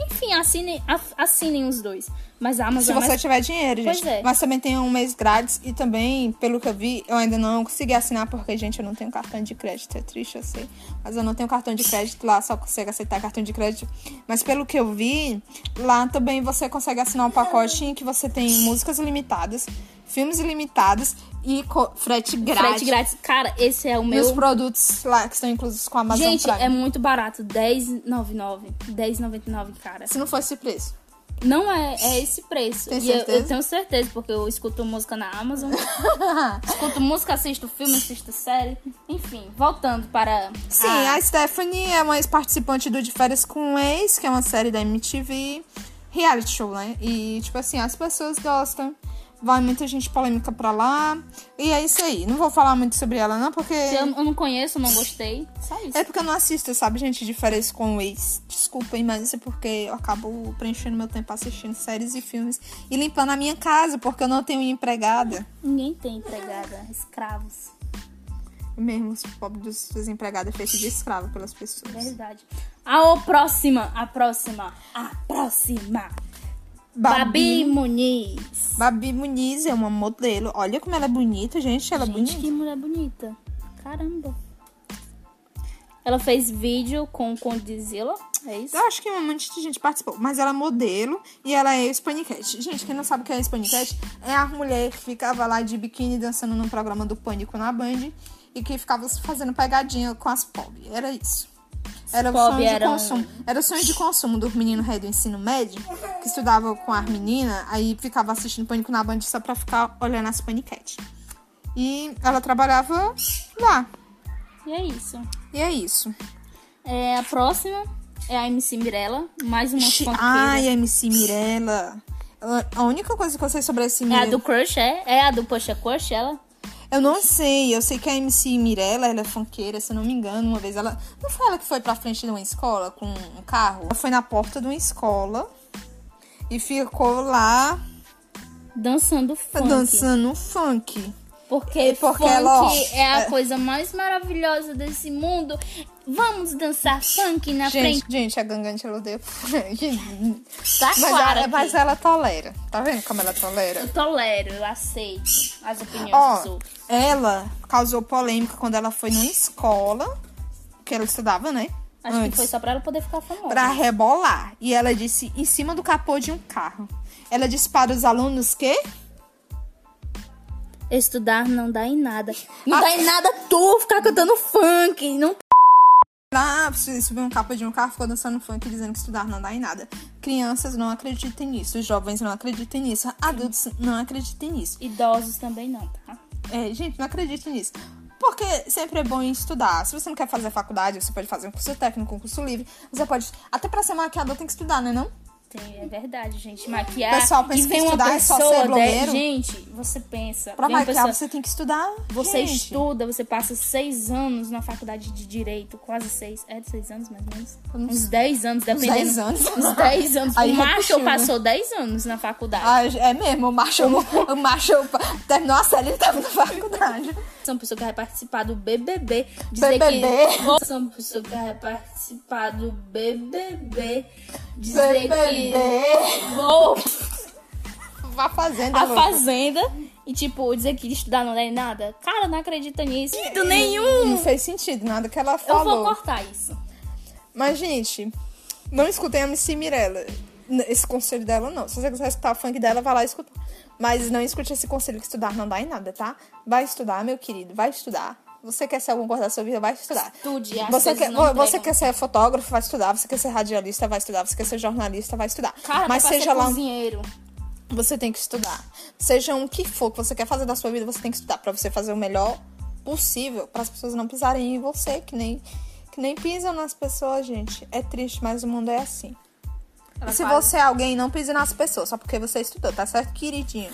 Speaker 2: Enfim, assinem, af- assinem os dois. Mas a
Speaker 1: Se
Speaker 2: Amazon é
Speaker 1: você
Speaker 2: mais...
Speaker 1: tiver dinheiro,
Speaker 2: Pois
Speaker 1: gente.
Speaker 2: é.
Speaker 1: Mas também tem um mês grátis. E também, pelo que eu vi, eu ainda não consegui assinar, porque, gente, eu não tenho cartão de crédito. É triste, eu sei. Mas eu não tenho cartão de crédito lá, só consigo aceitar cartão de crédito. Mas pelo que eu vi, lá também você consegue assinar um pacote em que você tem músicas ilimitadas, filmes ilimitados e co- frete é grátis.
Speaker 2: frete grátis. Cara, esse é o
Speaker 1: Meus
Speaker 2: meu...
Speaker 1: produtos lá que estão inclusos com a Amazon
Speaker 2: Gente,
Speaker 1: Prime.
Speaker 2: é muito barato. R$10,99. R$10,99, cara.
Speaker 1: Se não fosse preço.
Speaker 2: Não é, é esse preço.
Speaker 1: Tem
Speaker 2: e eu,
Speaker 1: certeza?
Speaker 2: eu tenho certeza, porque eu escuto música na
Speaker 1: (laughs)
Speaker 2: Amazon. escuto música, assisto filme, assisto série. Enfim, voltando para.
Speaker 1: Sim,
Speaker 2: a-
Speaker 1: a Stephanie é uma ex-participante do De Férias com um Ex, que é uma série da MTV. Reality show, né? E, tipo assim, as pessoas gostam. Vai muita gente polêmica pra lá. E é isso aí. Não vou falar muito sobre ela, não, porque...
Speaker 2: Eu, eu não conheço, não gostei. Só isso.
Speaker 1: É porque eu não assisto, sabe, gente, de férias com o ex. Desculpem, mas isso é porque eu acabo preenchendo meu tempo assistindo séries e filmes e limpando a minha casa, porque eu não tenho empregada.
Speaker 2: Ninguém tem empregada, escravos.
Speaker 1: Mesmo os pobres dos desempregados é feito de escravo pelas pessoas.
Speaker 2: Verdade. A ô, próxima, a próxima, a próxima. Babi, Muniz.
Speaker 1: Babi Muniz é uma modelo. Olha como ela é bonita, gente. Ela é
Speaker 2: Gente,
Speaker 1: bonita.
Speaker 2: que mulher bonita. Caramba. Ela fez vídeo com Condizila, é isso?
Speaker 1: Eu acho que um monte de gente participou. Mas ela é modelo e ela é ex-paniquete. Gente, quem não sabe o que é ex-paniquete é a mulher que ficava lá de biquíni dançando num programa do Pânico na Band e que ficava fazendo pegadinha com as pobres. Era isso. Era o
Speaker 2: Pobre
Speaker 1: sonho de
Speaker 2: eram-
Speaker 1: consumo. Era o sonho de consumo dos meninos rei do ensino médio, que estudavam com as meninas, aí ficava assistindo Pânico na Band só pra ficar olhando as paniquetes. E ela trabalhava lá.
Speaker 2: E é isso.
Speaker 1: E é isso.
Speaker 2: É, a próxima é a MC Mirella, mais uma
Speaker 1: Chi-
Speaker 2: fanqueira.
Speaker 1: Ai, MC Mirella. Ela- A única coisa que eu sei sobre esse
Speaker 2: É a
Speaker 1: menino.
Speaker 2: do Crush, é? É a do Poxa Crush, ela?
Speaker 1: Eu não sei. Eu sei que a MC Mirella, ela é funkeira, se eu não me engano. Uma vez ela. Não foi ela que foi pra frente de uma escola com um carro? Ela foi na porta de uma escola e ficou lá
Speaker 2: Dançando funk.
Speaker 1: dançando funk.
Speaker 2: Porque,
Speaker 1: Porque
Speaker 2: funk
Speaker 1: ela, ó,
Speaker 2: é a coisa mais maravilhosa desse mundo. Vamos dançar funk na frente
Speaker 1: Gente, gente, a Gangante ela odeia funk.
Speaker 2: da
Speaker 1: Mas,
Speaker 2: Clara.
Speaker 1: ela,
Speaker 2: aqui.
Speaker 1: mas ela tolera. Tá vendo como ela tolera?
Speaker 2: Eu tolero, eu aceito as opiniões dos
Speaker 1: Ó,
Speaker 2: outros.
Speaker 1: ela causou polêmica quando ela foi numa escola que ela estudava, né?
Speaker 2: Acho que
Speaker 1: Antes,
Speaker 2: foi só pra ela poder ficar famosa.
Speaker 1: pra rebolar. E ela disse em cima do capô de um carro. Ela disse para os alunos que
Speaker 2: Estudar não dá em nada. Não
Speaker 1: Ah. Tá.
Speaker 2: dá em nada tu ficar cantando funk. Não
Speaker 1: lá subiu um capô de um carro, ficou dançando funk dizendo que estudar não dá em nada. Crianças não acreditam nisso, jovens não acreditam nisso, adultos não acreditam nisso.
Speaker 2: Idosos também não, tá?
Speaker 1: É, gente, não acredito nisso. Porque sempre é bom estudar. Se você não quer fazer faculdade, você pode fazer um curso técnico, um curso livre. Você pode. Até pra ser maquiador tem que estudar, né? Não?
Speaker 2: Tem, é verdade, gente. Maquiar.
Speaker 1: Pessoal, pensa
Speaker 2: e vem
Speaker 1: que
Speaker 2: uma
Speaker 1: estudar é só
Speaker 2: pessoa
Speaker 1: ser
Speaker 2: de-
Speaker 1: blogueiro?
Speaker 2: Gente, você pensa.
Speaker 1: Pra
Speaker 2: vem uma
Speaker 1: maquiar,
Speaker 2: pessoa,
Speaker 1: você tem que estudar.
Speaker 2: você
Speaker 1: gente.
Speaker 2: estuda, você passa seis anos na faculdade de direito, quase seis. É de seis anos mais ou menos?
Speaker 1: Eu não
Speaker 2: Uns dez anos, dependendo.
Speaker 1: 10 anos.
Speaker 2: Uns dez anos.
Speaker 1: Aí
Speaker 2: o
Speaker 1: é
Speaker 2: Marshall
Speaker 1: puxinho, né?
Speaker 2: passou dez anos na faculdade.
Speaker 1: (laughs) Ah, é mesmo, o Marshall, o Marshall terminou a série, ele tava na
Speaker 2: (laughs)
Speaker 1: faculdade.
Speaker 2: São pessoa que vai participar do BBB. Dizer
Speaker 1: BBB.
Speaker 2: (laughs) que. São pessoa que vai participar do BBB. Dizer que.
Speaker 1: BBB.
Speaker 2: Vou
Speaker 1: Vá fazendo,
Speaker 2: a
Speaker 1: Lu.
Speaker 2: fazenda e, tipo, dizer que estudar não dá em nada. Cara, não acredita nisso. Sentido nenhum.
Speaker 1: Não fez sentido nada que ela
Speaker 2: Eu vou
Speaker 1: falou.
Speaker 2: cortar isso.
Speaker 1: Mas, gente, não escutem a MC Mirella. N- Esse conselho dela, não. Se você quiser escutar o funk dela, vai lá escutar. Mas não escute esse conselho que estudar não dá em nada, tá? Vai estudar, meu querido, vai estudar. Você quer ser algum coisa da sua vida, vai estudar.
Speaker 2: Estude, as
Speaker 1: Você
Speaker 2: coisas
Speaker 1: quer,
Speaker 2: não
Speaker 1: você
Speaker 2: entregam.
Speaker 1: quer ser fotógrafo, vai estudar. Você quer ser radialista, vai estudar. Você quer ser jornalista, vai estudar.
Speaker 2: Cara,
Speaker 1: Mas
Speaker 2: dá pra
Speaker 1: seja
Speaker 2: ser
Speaker 1: lá, um-
Speaker 2: cozinheiro.
Speaker 1: você tem que estudar. Seja um que for que você quer fazer da sua vida, você tem que estudar pra você fazer o melhor possível, para as pessoas não pisarem em você, que nem que nem pisam nas pessoas, gente. É triste, mas o mundo é assim.
Speaker 2: Ela
Speaker 1: E se
Speaker 2: quase-
Speaker 1: você é alguém, não pise nas pessoas, só porque você estudou, tá certo, queridinho?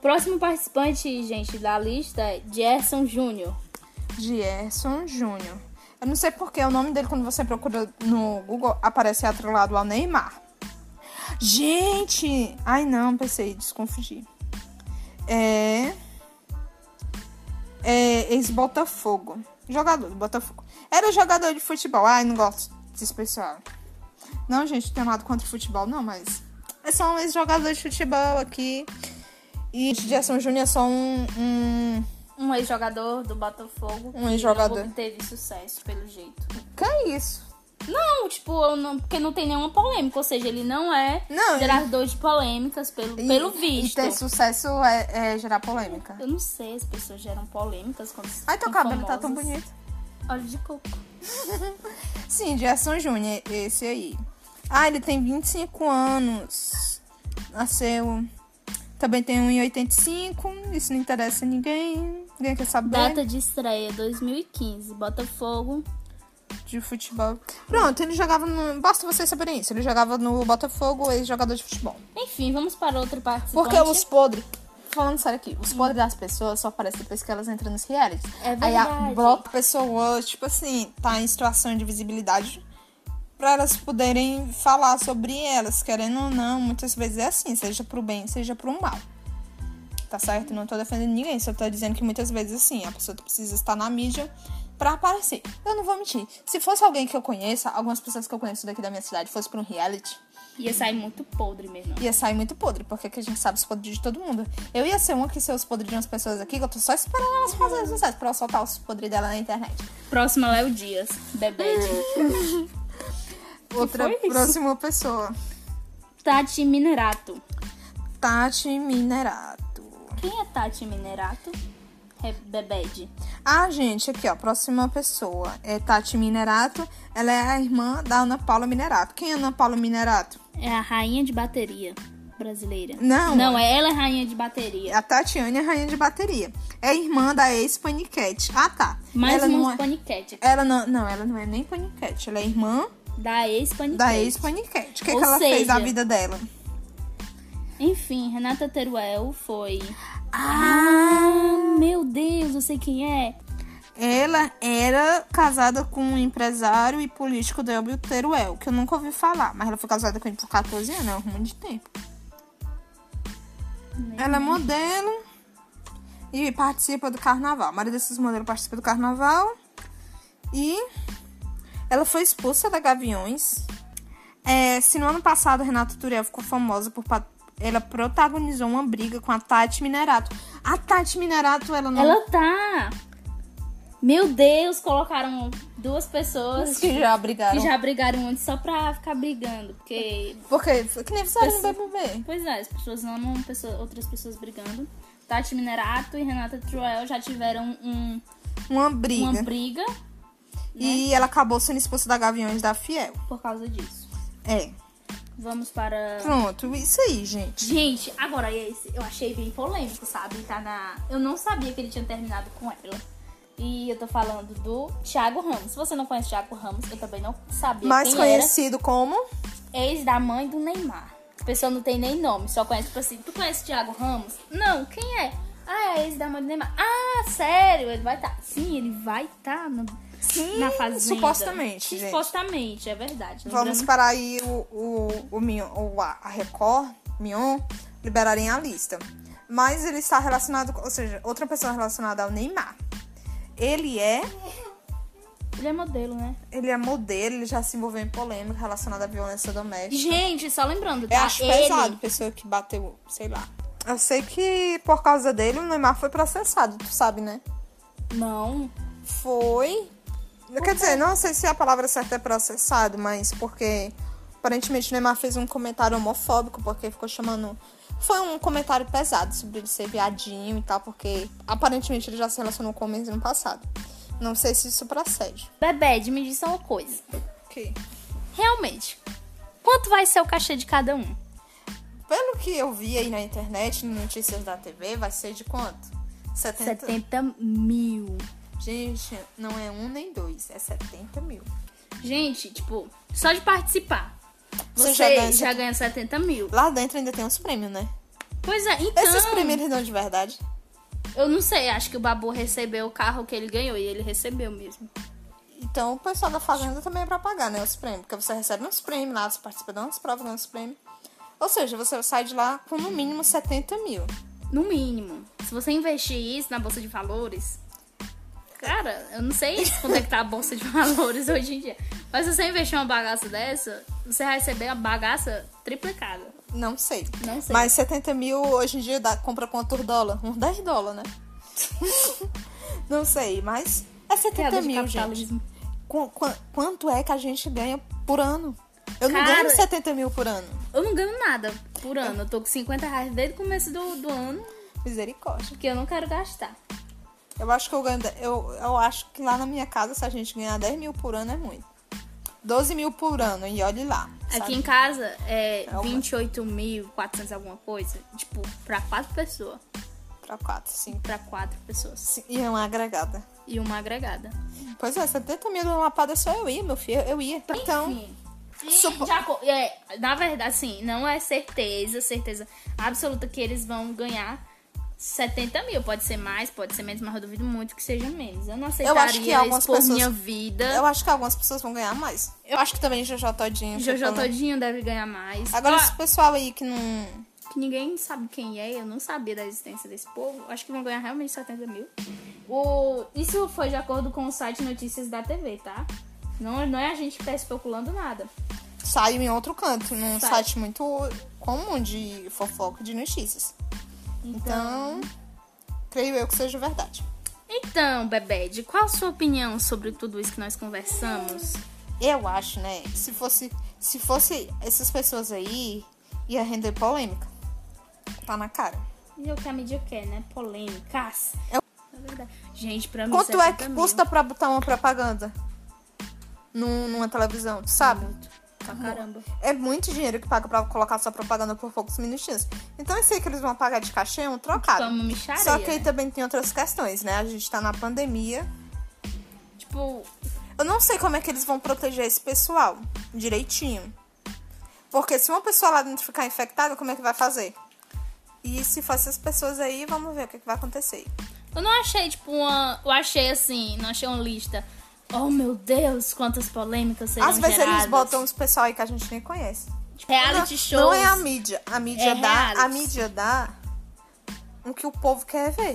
Speaker 2: Próximo participante, gente, da lista é Gerson Júnior.
Speaker 1: Gerson Júnior. Eu não sei porque o nome dele, quando você procura no Google, aparece atrelado ao Neymar. Gente! Ai, não, pensei, desconfundi. É... É ex-Botafogo. Jogador do Botafogo. Era jogador de futebol. Ai, não gosto desse pessoal. Não, gente, não tem nada contra o futebol, não, mas... É só um ex-jogador de futebol aqui. E Gerson Júnior é só um- um
Speaker 2: Um ex-jogador do Botafogo.
Speaker 1: Um ex-jogador.
Speaker 2: Que não teve sucesso, pelo jeito.
Speaker 1: Que é isso?
Speaker 2: Não, tipo, eu não- porque não tem nenhuma polêmica. Ou seja, ele não é
Speaker 1: Não,
Speaker 2: gerador de polêmicas, pelo,
Speaker 1: e-
Speaker 2: pelo
Speaker 1: E
Speaker 2: visto.
Speaker 1: ter sucesso é, é gerar polêmica.
Speaker 2: Eu não sei, as pessoas geram polêmicas quando
Speaker 1: Ai, teu
Speaker 2: ficam
Speaker 1: cabelo tá tão
Speaker 2: famosas.
Speaker 1: bonito.
Speaker 2: Óleo de coco.
Speaker 1: Sim, Gerson Júnior, esse aí. Ah, ele tem 25 anos. Nasceu. Também tem 1,85. Isso não interessa a ninguém. Ninguém quer saber
Speaker 2: Data de estreia 2015, Botafogo.
Speaker 1: de futebol. Pronto, ele jogava no. Basta vocês saberem isso. Ele jogava no Botafogo, ex-jogador de futebol.
Speaker 2: Enfim, vamos para outro participante.
Speaker 1: Porque os podres. Falando sério aqui, os podres das pessoas só aparecem depois que elas entram nos realities.
Speaker 2: É
Speaker 1: Aí a
Speaker 2: verdade.
Speaker 1: bloco pessoa, tipo assim, tá em situação de visibilidade pra elas poderem falar sobre elas, querendo ou não, muitas vezes é assim, seja pro bem, seja pro mal. Tá certo? Não tô defendendo ninguém, só tô dizendo que muitas vezes assim, a pessoa precisa estar na mídia pra aparecer. Eu não vou mentir. Se fosse alguém que eu conheça, algumas pessoas que eu conheço daqui da minha cidade, fosse pra um reality,
Speaker 2: Ia sair muito podre mesmo.
Speaker 1: ia sair muito podre, porque aqui a gente sabe os podres de todo mundo. Eu ia ser uma que ser os podres de umas pessoas aqui, que eu tô só esperando elas
Speaker 2: Uhum.
Speaker 1: fazerem sucesso pra eu soltar os podres dela na internet.
Speaker 2: Próxima Léo Dias,
Speaker 1: (laughs)
Speaker 2: Bebete.
Speaker 1: Outra
Speaker 2: foi isso?
Speaker 1: próxima pessoa.
Speaker 2: Tati Minerato.
Speaker 1: Tati Minerato.
Speaker 2: Quem é Tati Minerato? É Bebede.
Speaker 1: Ah, gente, aqui, ó. Próxima pessoa é Tati Minerato. Ela é a irmã da Ana Paula Minerato. Quem é Ana Paula Minerato?
Speaker 2: É a rainha de bateria brasileira.
Speaker 1: Não.
Speaker 2: Não, é ela a rainha de bateria.
Speaker 1: A Tatiane é rainha de bateria. É irmã da ex-Paniquete. Ah, tá.
Speaker 2: Mais
Speaker 1: ela não
Speaker 2: uma
Speaker 1: é...
Speaker 2: paniquete.
Speaker 1: Ela não... não, ela não é nem Paniquete. Ela é irmã
Speaker 2: Da ex-paniquete.
Speaker 1: da ex-Paniquete. O que,
Speaker 2: é Ou
Speaker 1: que ela fez
Speaker 2: seja,
Speaker 1: da vida dela?
Speaker 2: Enfim, Renata Teruel foi...
Speaker 1: Ah!
Speaker 2: Ah, meu Deus, eu sei quem é.
Speaker 1: Ela era casada com um empresário e político Delbio Teruel, que eu nunca ouvi falar, mas ela foi casada com ele por 14 anos, é um rumo de tempo. Ela é modelo e participa do carnaval. A maioria desses modelos participa do carnaval. E ela foi expulsa da Gaviões. É, se no ano passado a Renata Turel ficou famosa por. pa- Ela protagonizou uma briga com a Tati Minerato. A Tati Minerato, ela não.
Speaker 2: Ela tá... Meu Deus, colocaram duas pessoas
Speaker 1: Que já brigaram.
Speaker 2: que já brigaram antes só pra ficar brigando. Porque
Speaker 1: Porque foi que nem fizeram no BBB.
Speaker 2: Pois é, as pessoas amam pessoa- outras pessoas brigando. Tati Minerato e Renata Truel já tiveram um-
Speaker 1: Uma briga.
Speaker 2: uma briga
Speaker 1: E ela acabou sendo expulsa da Gaviões da Fiel.
Speaker 2: por causa disso.
Speaker 1: É.
Speaker 2: Vamos para.
Speaker 1: Pronto, isso aí, gente.
Speaker 2: Gente, agora é esse eu achei bem polêmico, sabe? Tá na. Eu não sabia que ele tinha terminado com ela. E eu tô falando do Thiago Ramos. Se você não conhece o Thiago Ramos, eu também não sabia
Speaker 1: Mais
Speaker 2: quem
Speaker 1: conhecido como.
Speaker 2: era. Ex da mãe do Neymar. A pessoa não tem nem nome, só conhece, tipo assim, tu conhece o Thiago Ramos? Não, quem é? Ah, é ex da mãe do Neymar. Ah, sério, ele vai estar. Sim, ele vai estar
Speaker 1: Sim,
Speaker 2: na fazenda.
Speaker 1: supostamente, gente.
Speaker 2: Supostamente, é verdade.
Speaker 1: Vamos
Speaker 2: Lembrando-
Speaker 1: parar aí o, o, o Mion, ou a a Record, Mion, liberarem a lista. Mas ele está relacionado, com- ou seja, outra pessoa relacionada ao Neymar. Ele é,
Speaker 2: Ele é modelo, né?
Speaker 1: ele é modelo, ele já se envolveu em polêmica relacionada à violência doméstica.
Speaker 2: Gente, só lembrando,
Speaker 1: Eu
Speaker 2: tá?
Speaker 1: acho
Speaker 2: ele...
Speaker 1: pesado, pessoa que bateu, sei lá. Eu sei que por causa dele o Neymar foi processado, tu sabe, né?
Speaker 2: Não.
Speaker 1: Foi. Quer dizer, não sei se a palavra certa é processado, mas porque aparentemente o Neymar fez um comentário homofóbico, porque ficou chamando Foi um comentário pesado sobre ele ser viadinho e tal, porque aparentemente ele já se relacionou com homens no passado. Não sei se isso procede.
Speaker 2: Bebede, me diz só uma coisa.
Speaker 1: Ok.
Speaker 2: Realmente, quanto vai ser o cachê de cada um?
Speaker 1: Pelo que eu vi aí na internet, em notícias da TV, vai ser de quanto? 70.
Speaker 2: 70 mil.
Speaker 1: Gente, não é um nem dois, é 70 mil.
Speaker 2: Gente, tipo, só de participar.
Speaker 1: Você
Speaker 2: Você, já,
Speaker 1: já
Speaker 2: ganha
Speaker 1: ganha
Speaker 2: 70 mil.
Speaker 1: Lá dentro ainda tem uns prêmios, né?
Speaker 2: Pois é, então.
Speaker 1: Esses prêmios eles dão de verdade.
Speaker 2: Eu não sei, acho que o Babu recebeu o carro que ele ganhou e ele recebeu mesmo.
Speaker 1: Então o pessoal da Fazenda também é pra pagar, né? Os prêmios. Porque você recebe uns prêmios lá, você participa de umas provas, ganha uns prêmios. Ou seja, você sai de lá com no mínimo 70 mil.
Speaker 2: No mínimo. Se você investir isso na bolsa de valores. Cara, eu não sei (laughs) quanto é que tá a bolsa de valores hoje em dia. Mas se você investir uma bagaça dessa, você vai receber a bagaça triplicada.
Speaker 1: Não sei.
Speaker 2: Não sei.
Speaker 1: Mas 70 mil hoje em dia dá, compra quanto por dólar? Uns 10 dólares, né?
Speaker 2: (laughs)
Speaker 1: Não sei, mas é 70
Speaker 2: Piada de
Speaker 1: mil, gente.
Speaker 2: capitalismo.
Speaker 1: Qu- qu- quanto é que a gente ganha por ano? Eu não
Speaker 2: Cara-
Speaker 1: ganho 70 mil por ano.
Speaker 2: Eu não ganho nada por ano. Eu tô com 50 reais desde o começo do, do ano,
Speaker 1: Misericórdia.
Speaker 2: que eu não quero gastar.
Speaker 1: Eu acho que eu ganho. de- Eu, eu acho que lá na minha casa, se a gente ganhar 10 mil por ano, é muito. 12 mil por ano, e olhe lá.
Speaker 2: Aqui
Speaker 1: sabe?
Speaker 2: em casa é
Speaker 1: Calma.
Speaker 2: 28.400 alguma coisa. Tipo, pra quatro pessoas.
Speaker 1: Pra 4, 5.
Speaker 2: Pra quatro pessoas.
Speaker 1: E é uma agregada.
Speaker 2: E uma agregada.
Speaker 1: Pois é, 70 mil numa lapada só eu ia, meu filho. Eu ia. Então.
Speaker 2: Enfim. E,
Speaker 1: supo-
Speaker 2: de aco- é, na verdade, assim, não é certeza, certeza absoluta que eles vão ganhar 70 mil. Pode ser mais, pode ser menos, mas eu duvido muito que seja menos. Eu não aceitaria
Speaker 1: algumas
Speaker 2: isso por
Speaker 1: pessoas-
Speaker 2: minha vida.
Speaker 1: Eu acho que algumas pessoas vão ganhar mais. Eu acho que também Jojo Todinho.
Speaker 2: Jojo
Speaker 1: Chapão, né?
Speaker 2: Todinho deve ganhar mais.
Speaker 1: Agora,
Speaker 2: Ah,
Speaker 1: esse pessoal aí que não.
Speaker 2: que ninguém sabe quem é, eu não sabia da existência desse povo. Acho que vão ganhar realmente 70 mil. O... Isso foi de acordo com o site Notícias da TV, tá? Não, não é a gente que tá especulando nada.
Speaker 1: saiu em outro canto, num
Speaker 2: Sai.
Speaker 1: site muito comum de fofoca e de notícias. Então, creio eu que seja verdade.
Speaker 2: Então, Bebede, qual a sua opinião sobre tudo isso que nós conversamos?
Speaker 1: Eu acho, né? Se fosse, se fosse essas pessoas aí, ia render polêmica. Tá na cara.
Speaker 2: E o que a mídia quer, né? Polêmicas.
Speaker 1: Eu-
Speaker 2: É verdade. Gente, pra mim.
Speaker 1: um Quanto é
Speaker 2: 70
Speaker 1: que
Speaker 2: mil.
Speaker 1: custa pra botar uma propaganda num- numa televisão, tu sabe?
Speaker 2: Pra caramba.
Speaker 1: É muito dinheiro que paga pra colocar sua propaganda por poucos minutinhos. Então eu sei que eles vão pagar de cachê é um trocado.
Speaker 2: Como mixaria,
Speaker 1: Só que aí
Speaker 2: né?
Speaker 1: também tem outras questões, né? A gente tá na pandemia.
Speaker 2: Tipo,
Speaker 1: Eu não sei como é que eles vão proteger esse pessoal direitinho. Porque se uma pessoa lá dentro ficar infectada, como é que vai fazer? E se for essas pessoas aí, vamos ver o que, que vai acontecer.
Speaker 2: Eu não achei, tipo, uma. Eu achei assim, não achei uma lista. Oh meu Deus, quantas polêmicas serão
Speaker 1: Às vezes
Speaker 2: geradas.
Speaker 1: eles botam os pessoal aí que a gente nem conhece.
Speaker 2: Tipo, reality
Speaker 1: não,
Speaker 2: shows.
Speaker 1: Não é a mídia. A mídia
Speaker 2: É
Speaker 1: dá. A
Speaker 2: reality.
Speaker 1: mídia dá o que o povo quer ver.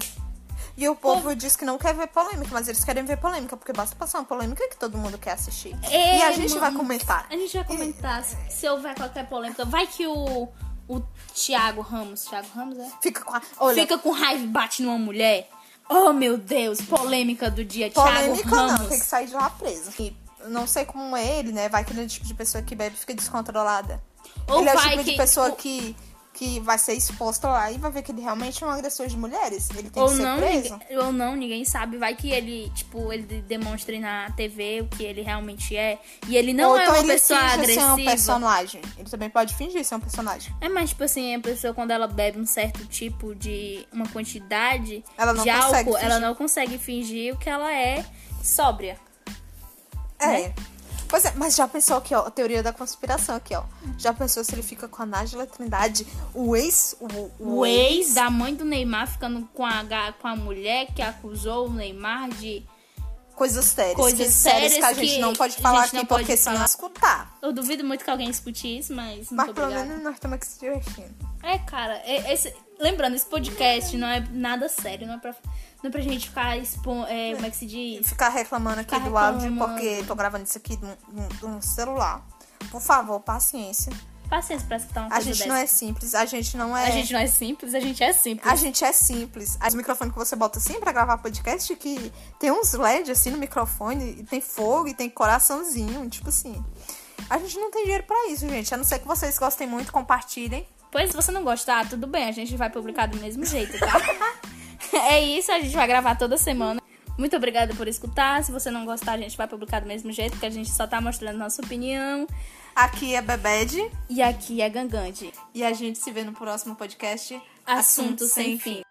Speaker 1: E o povo diz que não quer ver polêmica, mas eles querem ver polêmica, porque basta passar uma polêmica que todo mundo quer assistir.
Speaker 2: É,
Speaker 1: e a gente
Speaker 2: mano.
Speaker 1: vai comentar.
Speaker 2: A gente vai comentar se, se houver qualquer polêmica. Vai que o, o Thiago Ramos. Thiago Ramos é?
Speaker 1: Fica com a. Olha,
Speaker 2: Fica com raiva e bate numa mulher. Oh meu Deus, polêmica do dia,
Speaker 1: polêmica
Speaker 2: Thiago
Speaker 1: não,
Speaker 2: Ramos.
Speaker 1: tem que sair de lá preso. E não sei como é ele, né? Vai que ele é o tipo de pessoa que bebe e fica descontrolada.
Speaker 2: Ou
Speaker 1: ele é o
Speaker 2: vai
Speaker 1: tipo
Speaker 2: que-
Speaker 1: de pessoa
Speaker 2: ou-
Speaker 1: que, que vai ser exposta lá e vai ver que ele realmente é um agressor de mulheres. Ele tem
Speaker 2: Ou
Speaker 1: que ser
Speaker 2: não,
Speaker 1: preso.
Speaker 2: ninguém, ou não, ninguém sabe. Vai que ele, tipo, ele demonstre na TV o que ele realmente é. E ele não
Speaker 1: Ou
Speaker 2: é
Speaker 1: então
Speaker 2: uma
Speaker 1: ele
Speaker 2: pessoa
Speaker 1: finge
Speaker 2: agressiva.
Speaker 1: ser um personagem. Ele também pode fingir ser um personagem.
Speaker 2: É mais tipo assim, a pessoa quando ela bebe um certo tipo de uma quantidade
Speaker 1: Ela não
Speaker 2: de álcool,
Speaker 1: consegue
Speaker 2: ela
Speaker 1: fingir.
Speaker 2: não consegue fingir o que ela é sóbria.
Speaker 1: É. Pois é, mas já pensou aqui, ó, a teoria da conspiração aqui, ó. Já pensou se ele fica com a Nájila Trindade, o ex... O,
Speaker 2: O ex da mãe do Neymar ficando com a, ga- com a mulher que acusou o Neymar de.
Speaker 1: Coisas sérias.
Speaker 2: Coisas
Speaker 1: que, que a
Speaker 2: sérias
Speaker 1: gente
Speaker 2: que
Speaker 1: não pode
Speaker 2: a
Speaker 1: falar
Speaker 2: gente não
Speaker 1: aqui,
Speaker 2: pode
Speaker 1: porque senão
Speaker 2: falar.
Speaker 1: escutar.
Speaker 2: Eu duvido muito que alguém escute isso, mas muito
Speaker 1: Mas pelo
Speaker 2: obrigada.
Speaker 1: menos nós estamos aqui se divertindo.
Speaker 2: É, cara, é- esse- lembrando, esse podcast não é nada sério, não é pra, não é pra gente ficar expo, é, como é que se
Speaker 1: E
Speaker 2: diz?
Speaker 1: ficar reclamando aqui
Speaker 2: Ficar
Speaker 1: do áudio,
Speaker 2: reclamando.
Speaker 1: porque tô gravando isso aqui de um- de um de um celular. Por favor, paciência.
Speaker 2: Paciência pra escutar uma
Speaker 1: A
Speaker 2: coisa
Speaker 1: gente
Speaker 2: dessa.
Speaker 1: não é simples, a gente não é...
Speaker 2: A gente não é simples, a gente é simples.
Speaker 1: A gente é simples. Os microfones que você bota assim pra gravar podcast, que tem uns LED assim no microfone, e tem fogo, e tem coraçãozinho, tipo assim. A gente não tem dinheiro pra isso, gente. A não ser que vocês gostem muito, compartilhem.
Speaker 2: Pois se você não gostar, tudo bem, a gente vai publicar do mesmo jeito, tá? (laughs) é isso, a gente vai gravar toda semana. Muito obrigada por escutar. Se você não gostar, a gente vai publicar do mesmo jeito, porque a gente só tá mostrando nossa opinião.
Speaker 1: Aqui é Bebede
Speaker 2: E aqui é Gangande.
Speaker 1: e a gente se vê no próximo podcast
Speaker 2: Assunto sem fim.